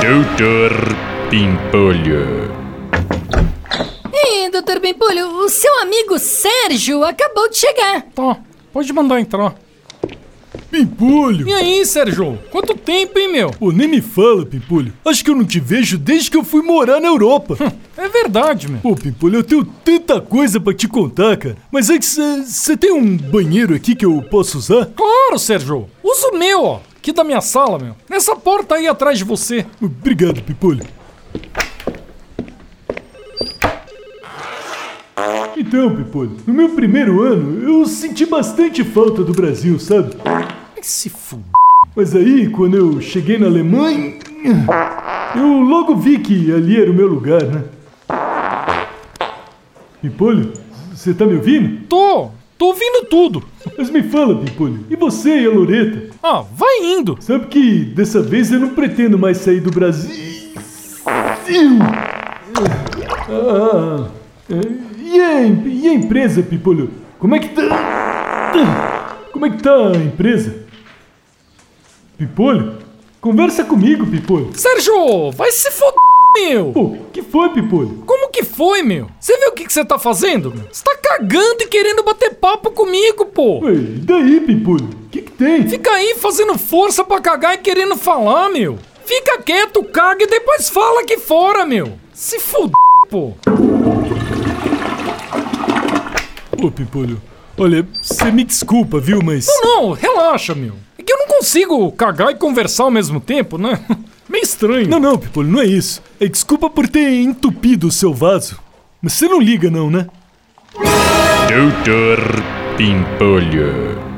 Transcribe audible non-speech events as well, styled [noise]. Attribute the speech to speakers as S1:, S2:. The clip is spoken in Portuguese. S1: Doutor Pimpolho.
S2: Ei, doutor Bempolho, o seu amigo Sérgio acabou de chegar.
S3: Tá, pode mandar entrar.
S4: Pimpolho!
S3: E aí, Sérgio? Quanto tempo, hein, meu?
S4: Pô, nem me fala, Pimpolho. Acho que eu não te vejo desde que eu fui morar na Europa.
S3: É verdade, meu.
S4: Pô, Pimpolho, eu tenho tanta coisa pra te contar, cara. Mas antes, você tem um banheiro aqui que eu posso usar?
S3: Claro, Sérgio. Usa o meu, ó. Aqui da minha sala, meu. Nessa porta aí atrás de você.
S4: Obrigado, Pimpolho. Então, Pimpolho, no meu primeiro ano, eu senti bastante falta do Brasil, sabe?
S3: Ai, se fuder.
S4: Mas aí, quando eu cheguei na Alemanha, eu logo vi que ali era o meu lugar, né? Pimpolho, você tá me ouvindo?
S3: Tô. Tô ouvindo tudo.
S4: Mas me fala, Pimpolho, e você e a Loreta?
S3: Ah, vai indo.
S4: Sabe que dessa vez eu não pretendo mais sair do Brasil. Ah, é, e, a, em- e a empresa, Pimpolho? Como é que tá- tá? Como é que tá a empresa? Pimpolho? Conversa comigo, Pimpolho.
S3: Sérgio, vai se foder, meu.
S4: Pô, que foi, Pimpolho?
S3: Como que foi, meu? Você viu o que que você tá fazendo? meu? Você tá cagando e querendo bater papo comigo, pô.
S4: Ué, e daí, Pimpolho? O que, que tem?
S3: Fica aí fazendo força pra cagar e querendo falar, meu. Fica quieto, caga e depois fala aqui fora, meu. Se fuder, pô.
S4: Ô, Pimpolho, olha, você me desculpa, viu, mas...
S3: Não, relaxa, meu. É que eu não consigo cagar e conversar ao mesmo tempo, né? [laughs] Meio estranho.
S4: Não, não, Pimpolho, não é isso. É desculpa por ter entupido o seu vaso. Mas você não liga não, né?
S1: Doutor Pimpolho.